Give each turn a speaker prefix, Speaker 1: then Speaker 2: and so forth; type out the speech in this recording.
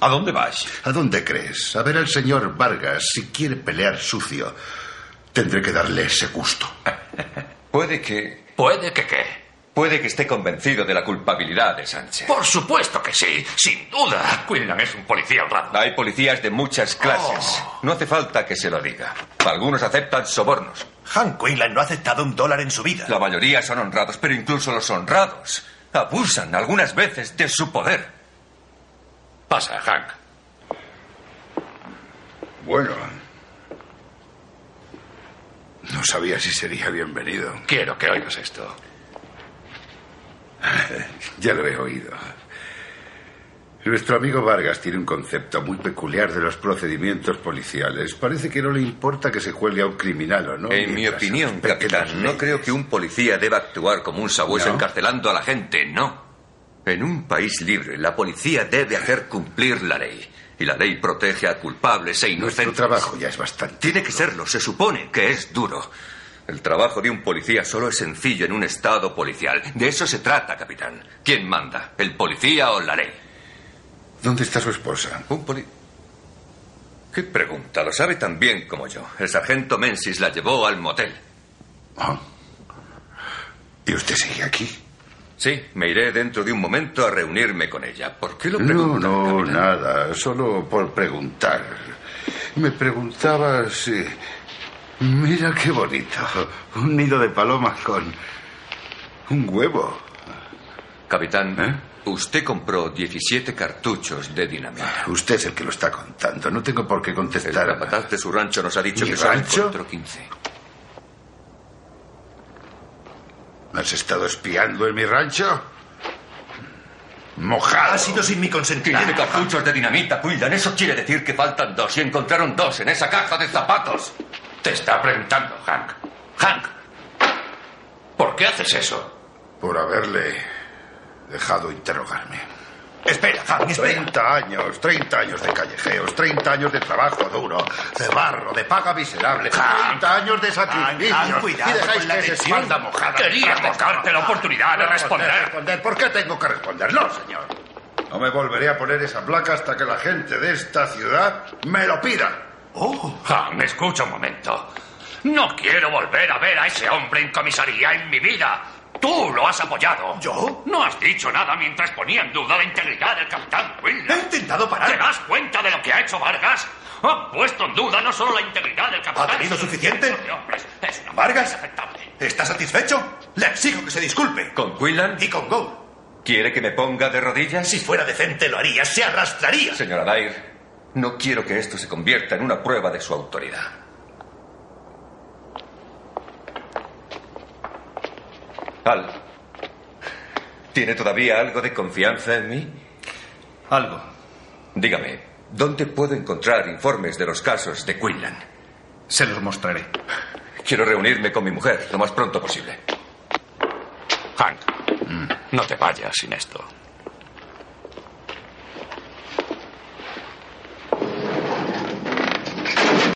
Speaker 1: ¿A dónde vas?
Speaker 2: ¿A dónde crees? A ver al señor Vargas si quiere pelear sucio. Tendré que darle ese gusto.
Speaker 1: Puede que.
Speaker 3: ¿Puede que qué?
Speaker 1: Puede que esté convencido de la culpabilidad de Sánchez.
Speaker 3: Por supuesto que sí, sin duda. Quinlan es un policía honrado.
Speaker 1: Hay policías de muchas clases.
Speaker 4: Oh.
Speaker 1: No hace falta que se lo diga. Algunos aceptan sobornos.
Speaker 4: Hank Quinlan no ha aceptado un dólar en su vida.
Speaker 1: La mayoría son honrados, pero incluso los honrados abusan algunas veces de su poder.
Speaker 3: Pasa, Hank.
Speaker 2: Bueno. No sabía si sería bienvenido.
Speaker 3: Quiero que oigas esto.
Speaker 2: Ya lo he oído. Nuestro amigo Vargas tiene un concepto muy peculiar de los procedimientos policiales. Parece que no le importa que se cuelgue a un criminal o no.
Speaker 1: En mi
Speaker 2: mientras
Speaker 1: opinión,
Speaker 2: respete las
Speaker 1: capitán, no
Speaker 2: leyes.
Speaker 1: creo que un policía deba actuar como un sabueso
Speaker 2: ¿No?
Speaker 1: encarcelando a la gente, no. En un país libre, la policía debe hacer cumplir la ley. Y la ley protege a culpables e
Speaker 2: Nuestro
Speaker 1: inocentes.
Speaker 2: trabajo ya es bastante.
Speaker 1: Tiene que serlo, se supone que es duro. El trabajo de un policía solo es sencillo en un estado policial. De eso se trata, capitán. ¿Quién manda? ¿El policía o la ley?
Speaker 2: ¿Dónde está su esposa?
Speaker 1: Un poli... ¿Qué pregunta? Lo sabe tan bien como yo. El sargento Mensis la llevó al motel.
Speaker 2: Ah. ¿Y usted sigue aquí?
Speaker 1: Sí, me iré dentro de un momento a reunirme con ella. ¿Por qué lo
Speaker 2: No,
Speaker 1: pregunta?
Speaker 2: no,
Speaker 4: ¿eh?
Speaker 1: capitán?
Speaker 2: nada. Solo por preguntar. Me preguntaba si... Mira qué bonito. Un nido de palomas con... Un huevo.
Speaker 1: Capitán,
Speaker 2: ¿Eh?
Speaker 1: usted compró 17 cartuchos de dinamita.
Speaker 2: Usted es el que lo está contando. No tengo por qué
Speaker 1: El
Speaker 2: contestar.
Speaker 1: capataz de su rancho nos ha dicho
Speaker 2: ¿Mi
Speaker 1: que solo
Speaker 2: rancho?
Speaker 1: encontró 15.
Speaker 2: ¿Me has estado espiando en mi rancho? Mojado.
Speaker 4: Ha sido sin mi consentimiento.
Speaker 1: 15 cartuchos de dinamita, Quildan. Eso quiere decir que faltan dos y encontraron dos en esa caja de zapatos.
Speaker 3: Te está preguntando, Hank. Hank. ¿Por qué haces eso?
Speaker 2: Por haberle dejado interrogarme.
Speaker 4: Espera, Hank, espera.
Speaker 2: 30 años, 30 años de callejeos, 30 años de trabajo duro, de barro, de paga miserable, 30 años de sacrificios.
Speaker 4: Hank, Ah, cuidado
Speaker 2: y dejáis
Speaker 4: con la
Speaker 2: que esa
Speaker 4: tensión.
Speaker 2: espalda mojada.
Speaker 3: Queríamos darte la oportunidad de responder.
Speaker 2: responder. ¿Por qué tengo que responder? No, señor. No me volveré a poner esa placa hasta que la gente de esta ciudad me lo pida.
Speaker 4: Oh,
Speaker 3: Hank, escucha un momento. No quiero volver a ver a ese hombre en comisaría en mi vida. Tú lo has apoyado.
Speaker 4: ¿Yo?
Speaker 3: No has dicho nada mientras ponía en duda la integridad del capitán Quinlan.
Speaker 4: he intentado
Speaker 3: ¿Te
Speaker 4: parar.
Speaker 3: das cuenta de lo que ha hecho Vargas? Ha puesto en duda no solo la integridad del capitán...
Speaker 4: ¿Ha tenido
Speaker 3: sino el
Speaker 4: suficiente?
Speaker 3: resto de hombres. Es una
Speaker 4: ¿Vargas?
Speaker 3: inaceptable.
Speaker 4: ¿Está satisfecho? Le exijo que se disculpe.
Speaker 1: ¿Con Quillan?
Speaker 4: Y con Go.
Speaker 1: ¿Quiere que me ponga de rodillas?
Speaker 4: Si fuera decente lo haría, se arrastraría.
Speaker 1: Señora Dair, no quiero que esto se convierta en una prueba de su autoridad. Al, ¿tiene todavía algo de confianza en mí?
Speaker 5: Algo.
Speaker 1: Dígame, ¿dónde puedo encontrar informes de los casos de Quinlan?
Speaker 5: Se los mostraré.
Speaker 1: Quiero reunirme con mi mujer lo más pronto posible.
Speaker 3: Hank, no te mm, vayas sin esto.